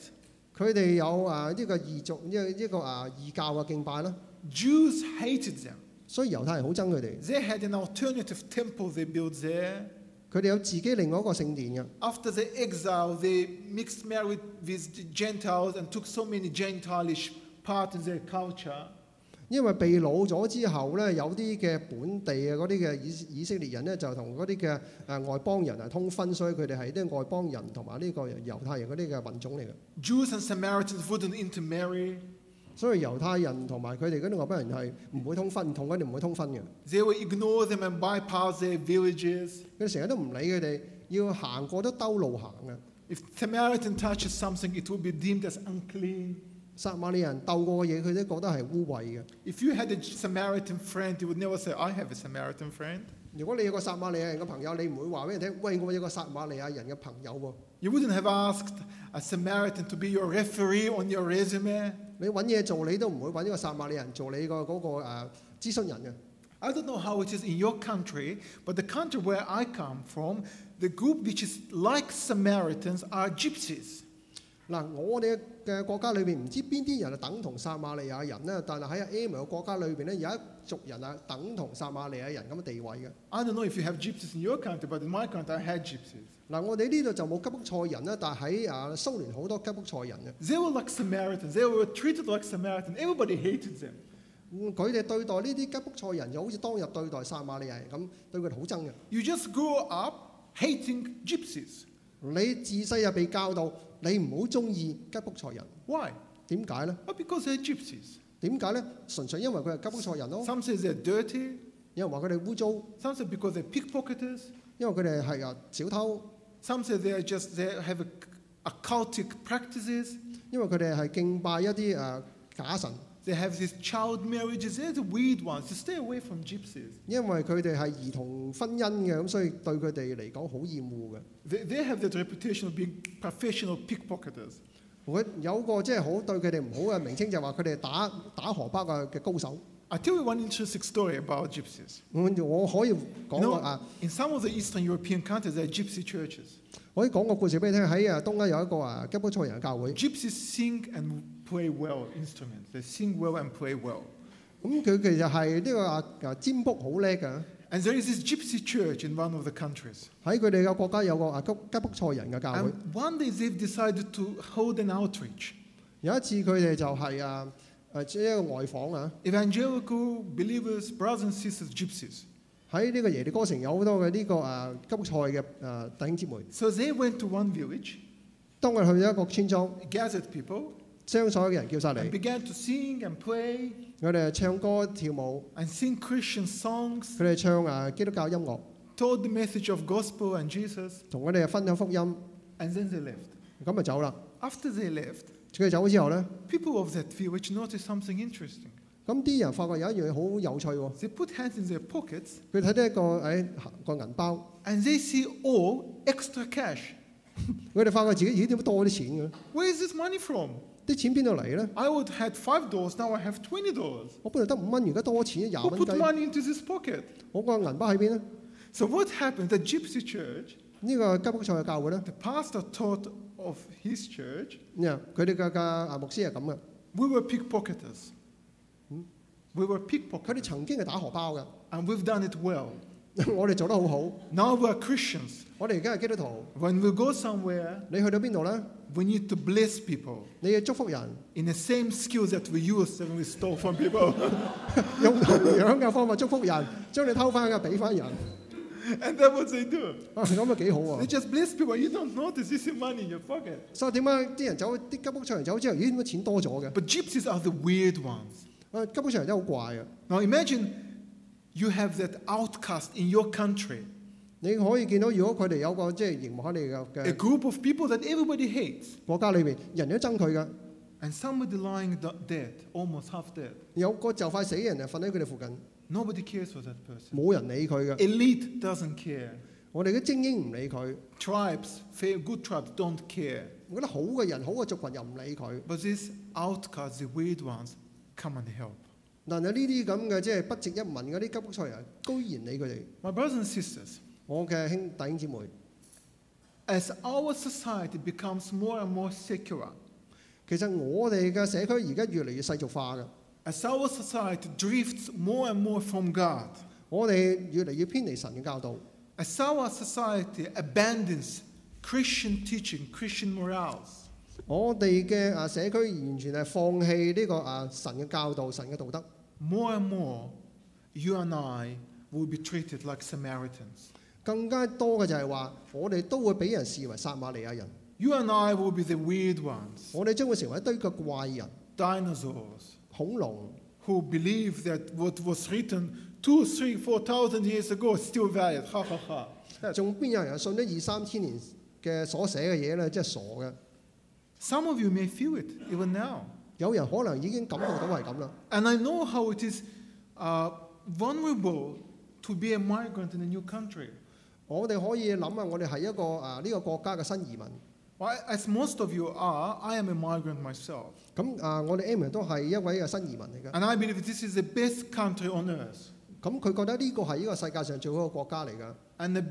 Speaker 2: 佢哋有誒呢個異族，呢個呢個誒異教嘅敬拜啦，
Speaker 1: Jews hated them.
Speaker 2: 所以猶太人好憎佢哋。
Speaker 1: They had an alternative temple they built there.
Speaker 2: 佢哋有自己另外一個聖殿嘅。
Speaker 1: After the exile, they mixed married with Gentiles and took so many Gentilish part in their culture.
Speaker 2: 因為被擄咗之後咧，有啲嘅本地嘅嗰啲嘅以以色列人咧，就同嗰啲嘅誒外邦人係啊通婚，所以佢哋係啲外邦人同埋呢個猶太人嗰啲嘅民種嚟嘅。
Speaker 1: Jews and Samaritans wouldn't intermarry.
Speaker 2: 所以猶太人同埋佢哋嗰啲外邦人係唔會通婚，同佢哋唔會通婚嘅。
Speaker 1: They would ignore them and bypass their villages.
Speaker 2: 佢哋成日都唔理佢哋，要行過都兜路行嘅。
Speaker 1: If Samaritan touches something, it would be deemed as unclean.
Speaker 2: 撒瑪利亞人鬥過嘅嘢，佢都覺得係污穢嘅。
Speaker 1: If you had a Samaritan friend, you would never say, I have a Samaritan friend.
Speaker 2: 如果你有個撒瑪利亞人嘅朋友，你唔會話俾人聽，喂，我有個撒瑪利亞人嘅朋友喎。
Speaker 1: You wouldn't have asked a Samaritan to be your referee on your resume.
Speaker 2: 你揾嘢做，你都唔會揾呢個撒瑪利亞人做你個嗰個誒諮詢人嘅。
Speaker 1: I don't know how it is in your country, but the country where I come from, the group which is like Samaritans are gypsies.
Speaker 2: 嗱，我哋嘅國家裏邊唔知邊啲人係等同撒瑪利亞人咧，但係喺 M 嘅國家裏邊咧，有一族人係等同撒瑪利亞人咁嘅地位嘅。
Speaker 1: I don't know if you have gypsies in your country, but in my country, I had gypsies.
Speaker 2: 嗱，我哋呢度就冇吉卜賽人啦，但係喺啊蘇聯好多吉卜賽人嘅，
Speaker 1: They were like Samaritans. They were treated like Samaritans. Everybody hated them.
Speaker 2: 嗯佢哋對待呢啲吉卜賽人就好似當日對待撒瑪利亞人咁，對佢哋好憎嘅。
Speaker 1: You just grow up hating gypsies.
Speaker 2: 你自細就被教導，你唔好中意吉卜賽人，
Speaker 1: Why?
Speaker 2: 點解呢？
Speaker 1: Well, because they're gypsies.
Speaker 2: 點解呢？純粹因為佢係吉卜賽人咯。
Speaker 1: Some say they're dirty.
Speaker 2: 有人話佢哋污糟，
Speaker 1: Some say because they're pickpocketers.
Speaker 2: 因為佢哋係啊小偷，
Speaker 1: Some say they are just they have a, occultic practices.
Speaker 2: 因為佢哋係敬拜一啲誒、啊假神。
Speaker 1: They have these child marriages. They're the weird ones. You stay away from gypsies.
Speaker 2: 因為佢哋係兒童婚姻嘅，咁所以對佢哋嚟講好厭惡嘅。
Speaker 1: They, they have that reputation of being professional pickpocketers.
Speaker 2: 我有個即係好對佢哋唔好嘅名稱，就係話佢哋打打河北嘅嘅高手。
Speaker 1: I tell you one interesting story about gypsies.
Speaker 2: 我我可以講
Speaker 1: No.
Speaker 2: 個啊，
Speaker 1: In some of the Eastern European countries, there are gypsy churches.
Speaker 2: 可以講個故事俾你聽。喺啊東歐有一個啊吉卜賽人嘅教會，
Speaker 1: Gypsies sing and play well instruments. They sing well and play well.
Speaker 2: 咁佢其實係呢個啊啊占卜好叻嘅。
Speaker 1: And there is this gypsy church in one of the countries.
Speaker 2: 喺佢哋嘅國家有個啊吉吉卜賽人嘅教會。
Speaker 1: And one day they've decided to hold an outreach.
Speaker 2: 有一次佢哋就係啊誒即係一個外訪啊，
Speaker 1: Evangelical believers, brothers and sisters, gypsies.
Speaker 2: 喺呢個耶利哥城有好多嘅呢個啊吉卜賽嘅啊弟兄姊妹。
Speaker 1: So they went to one village,
Speaker 2: 當佢去咗一個村莊。
Speaker 1: gathered people,
Speaker 2: 將所有嘅人叫晒
Speaker 1: and
Speaker 2: 嚟，
Speaker 1: began to sing and play
Speaker 2: 我哋唱歌跳舞，
Speaker 1: and sing Christian songs,
Speaker 2: 佢哋唱啊基督教音樂，
Speaker 1: told the message of gospel and Jesus,
Speaker 2: 同我哋分享福音，
Speaker 1: and then they left.
Speaker 2: 咁就走啦。
Speaker 1: After they left,
Speaker 2: 佢哋走咗之後呢，
Speaker 1: people of that village noticed something interesting.
Speaker 2: 咁啲人發覺有一樣嘢好有趣喎，
Speaker 1: They put hands in their pockets
Speaker 2: 佢睇到一個誒個銀包，
Speaker 1: and they see all extra cash.
Speaker 2: 佢哋發覺自己咦點解多啲錢嘅呢？
Speaker 1: Where is this money from?
Speaker 2: 啲錢邊度嚟呢？
Speaker 1: I would had five dollars, now I have twenty dollars.
Speaker 2: 我本來得五蚊，而家多錢廿
Speaker 1: Who
Speaker 2: 蚊
Speaker 1: put
Speaker 2: 雞。
Speaker 1: money into this pocket?
Speaker 2: 我個銀包喺邊呢？
Speaker 1: So what happened? The gypsy church,
Speaker 2: 呢個吉卜賽嘅教會呢，
Speaker 1: the pastor taught of his church,
Speaker 2: 佢哋嘅嘅啊牧師係咁嘅，
Speaker 1: we were pickpocketers.
Speaker 2: Hmm?
Speaker 1: We were
Speaker 2: 佢哋
Speaker 1: pickpocketers,
Speaker 2: 曾經係打荷包嘅，
Speaker 1: and we've done it well.
Speaker 2: 我哋做得好好，
Speaker 1: Now we're Christians.
Speaker 2: 我哋而家係基督徒。
Speaker 1: When we go somewhere,
Speaker 2: 你去到邊度呢？
Speaker 1: we need to bless people
Speaker 2: 你要祝福人。
Speaker 1: in the same skill that we used when we stole from people.
Speaker 2: 用同樣嘅方法祝福人，將你偷翻嘅俾翻人，啊
Speaker 1: and that's what they do.
Speaker 2: 咁啊幾好
Speaker 1: They
Speaker 2: 喎！
Speaker 1: just bless people. You don't notice you see money in your pocket.
Speaker 2: 所以點解啲人走啲吉卜賽人走之後，咦點解錢多咗嘅？
Speaker 1: But gypsies are the weird ones.
Speaker 2: 啊吉卜賽人真係好怪啊！
Speaker 1: Now imagine you have that outcast in your country,
Speaker 2: 你可以見到，如果佢哋有個即係熒幕喺你嘅
Speaker 1: a
Speaker 2: 嘅
Speaker 1: group of people that everybody hates,
Speaker 2: 國家裏邊，人都憎佢嘅，
Speaker 1: and somebody lying d- dead, almost half dead.
Speaker 2: 有個就快死嘅人啊，瞓喺佢哋附近，
Speaker 1: Nobody cares for that person.
Speaker 2: 冇人理佢嘅。
Speaker 1: Elite doesn't care.
Speaker 2: 我哋啲精英唔理佢，
Speaker 1: Tribes, fair, good tribes, don't care.
Speaker 2: 我覺得好嘅人、好嘅族群又唔理佢。
Speaker 1: But these outcasts, the weird ones, come and help.
Speaker 2: 但係呢啲咁嘅即係不值一文嗰啲吉卜賽人，居然理佢哋。
Speaker 1: My brothers and sisters,
Speaker 2: 我嘅兄弟兄姊妹，
Speaker 1: as our society becomes more and more secular,
Speaker 2: 其實我哋嘅社區而家越嚟越世俗化嘅，
Speaker 1: as our society drifts more and more from God,
Speaker 2: 我哋越嚟越偏離神嘅教導，
Speaker 1: as our society abandons Christian teaching, Christian morals,
Speaker 2: 我哋嘅啊社區完全係放棄呢個啊神嘅教導、神嘅道德。
Speaker 1: more and more you and I will be treated like Samaritans.
Speaker 2: 更加多嘅就係話，我哋都會俾人視為撒瑪利亞人，
Speaker 1: You and I will be the weird ones,
Speaker 2: 我哋將會成為一堆嘅怪人、
Speaker 1: dinosaurs,
Speaker 2: 恐龍，
Speaker 1: who believe that what was written two, three, four thousand years ago is still valid. Ha ha ha.
Speaker 2: 仲邊有人信咗二三千年嘅所寫嘅嘢呢？即係傻嘅。
Speaker 1: Some of you may feel it even now.
Speaker 2: 有人可能已經感覺到係咁啦。
Speaker 1: And I know how it is uh, vulnerable to be a migrant in a new country.
Speaker 2: 我哋可以諗下，我哋係一個啊呢、個國家嘅新移民。
Speaker 1: Well, as most of you are, I am a migrant myself.
Speaker 2: 咁啊，我哋 a m 都係一位嘅新移民嚟嘅。
Speaker 1: And I believe this is the best country on earth
Speaker 2: 咁佢覺得呢個係呢個世界上最好嘅國家嚟㗎。
Speaker 1: and the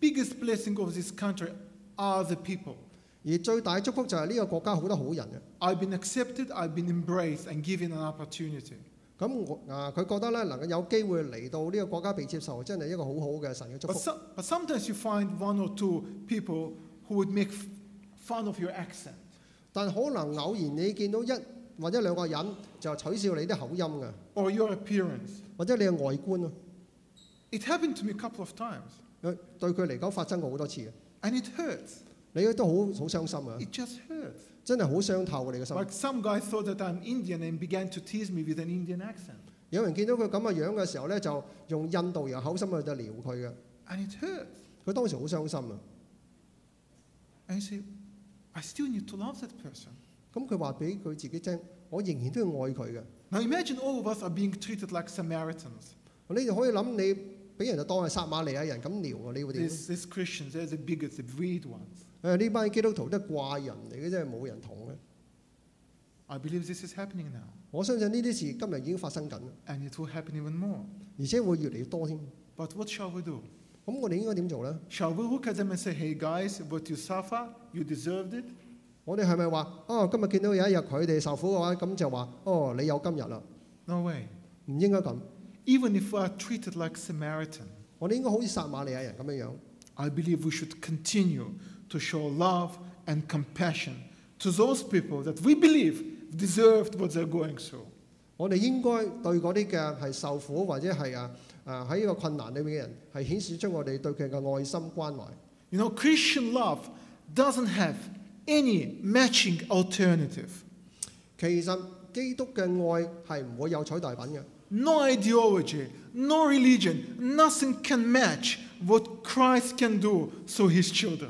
Speaker 1: biggest blessing of this country are the people.
Speaker 2: 而最大祝福就係呢個國家好多好人嘅。
Speaker 1: I've been accepted, I've been embraced, and given an opportunity.
Speaker 2: 咁我啊，佢覺得咧能夠有機會嚟到呢個國家被接受，真係一個好好嘅神嘅祝
Speaker 1: But,
Speaker 2: 福。
Speaker 1: so, but sometimes you find one or two people who would make f- fun of your accent.
Speaker 2: 但可能偶然你見到一或者兩個人就取笑你啲口音嘅，
Speaker 1: or your appearance.
Speaker 2: 或者你嘅外觀啊，
Speaker 1: It happened to me a couple of times,
Speaker 2: 佢對佢嚟講發生過好多次嘅，
Speaker 1: and it hurts.
Speaker 2: 你都好好傷心啊，
Speaker 1: It just hurts.
Speaker 2: 真係好傷透啊你嘅心。
Speaker 1: Like some guy thought that I'm Indian and began to tease me with an Indian accent,
Speaker 2: 有人見到佢咁嘅樣嘅時候咧，就用印度人口音去就撩佢嘅，
Speaker 1: and it hurts.
Speaker 2: 佢當時好傷心啊。
Speaker 1: And you say, I still need to love that person.
Speaker 2: 咁佢話俾佢自己聽，我仍然都要愛佢嘅。
Speaker 1: Now imagine all of us are being treated like Samaritans.
Speaker 2: 你就可以諗你俾人就當係撒瑪利亞人咁撩啊，你會點？
Speaker 1: These, these Christians, they're the bigots, the weird ones.
Speaker 2: 誒呢班基督徒都係怪人嚟嘅，真係冇人同嘅。
Speaker 1: I believe this is happening now,
Speaker 2: 我相信呢啲事今日已經發生緊，
Speaker 1: and it will happen even more.
Speaker 2: 而且會越嚟越多添。
Speaker 1: But what shall we do?
Speaker 2: 咁我哋應該點做呢？
Speaker 1: Shall we look at them and say, hey guys, what you suffer, you deserved it?
Speaker 2: 我哋係咪話哦？今日見到有一日佢哋受苦嘅話，咁就話哦，你有今日啦，
Speaker 1: No way.
Speaker 2: 唔應該咁。
Speaker 1: Even if we are treated like Samaritan,
Speaker 2: 我哋應該好似撒瑪利亞人咁樣樣。
Speaker 1: I believe we should continue to show love and compassion to those people that we believe deserved what they're going through.
Speaker 2: 我哋應該對嗰啲嘅係受苦或者係啊啊喺呢個困難裏面嘅人，係顯示出我哋對佢嘅愛心關懷。
Speaker 1: You know, Christian love doesn't have any matching alternative,
Speaker 2: 其實基督嘅愛係唔會有取代品嘅，
Speaker 1: no ideology, no religion, nothing can match what Christ can do through his children.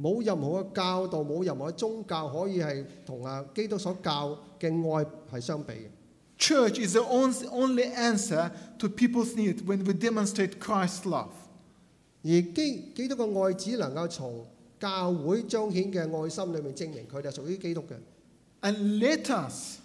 Speaker 2: 冇任何嘅教導，冇任何嘅宗教可以係同啊基督所教嘅愛係相比嘅。
Speaker 1: Church is the on- only answer to people's need when we demonstrate Christ's love.
Speaker 2: 而基基督嘅愛只能夠從教會彰顯嘅愛心裏面證明佢哋係屬於基督嘅。
Speaker 1: And let us,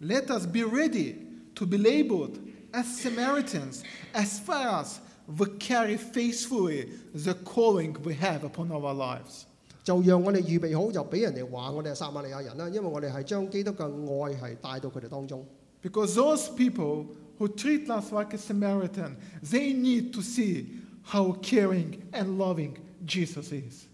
Speaker 1: let us be ready to be labeled as Samaritans as far as we carry faithfully the calling we have upon our lives.
Speaker 2: 就讓我哋預備好，就俾人哋話我哋係撒瑪利亞人啦，因為我哋係將基督嘅愛係帶到佢哋當中。
Speaker 1: Because those people who treat us like a Samaritan, they need to see how caring and loving Jesus is.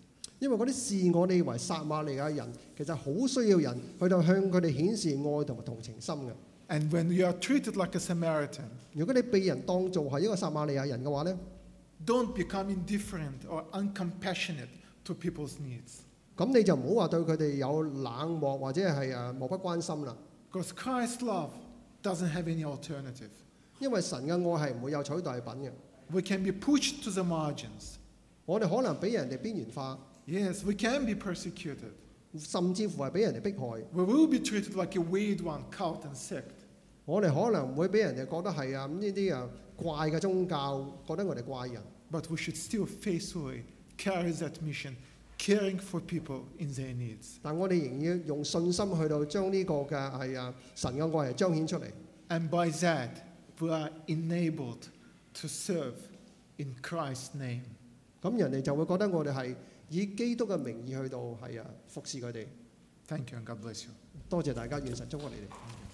Speaker 2: 因為嗰啲視我哋為撒瑪利亞人，其實好需要人去到向佢哋顯示愛同埋同情心嘅。
Speaker 1: And when you are treated like a Samaritan,
Speaker 2: 如果你被人當做係一個撒瑪利亞人嘅話呢，
Speaker 1: don't become indifferent or uncompassionate to people's needs.
Speaker 2: 咁你就唔好話對佢哋有冷漠或者係誒漠不關心啦。
Speaker 1: Because Christ's love doesn't have any alternative.
Speaker 2: 因為神嘅愛係唔會有取代品嘅。
Speaker 1: We can be pushed to the margins.
Speaker 2: 我哋可能俾人哋邊緣化，
Speaker 1: Yes, we can be persecuted.
Speaker 2: 甚至乎係俾人哋迫害。
Speaker 1: We will be treated like a weird one, cult and sect.
Speaker 2: 我哋可能會俾人哋覺得係啊呢啲啊怪嘅宗教，覺得我哋怪人。
Speaker 1: But we should still faithfully carry that mission, caring for people in their needs.
Speaker 2: 呃但我哋仍要用信心去到將呢個嘅係啊神嘅愛係彰顯出嚟。
Speaker 1: And by that, we are enabled to serve in Christ's name.
Speaker 2: 咁人哋就會覺得我哋係以基督嘅名義去到係啊服侍佢哋。
Speaker 1: Thank you and God bless you.
Speaker 2: 多謝大家，願神祝福你哋。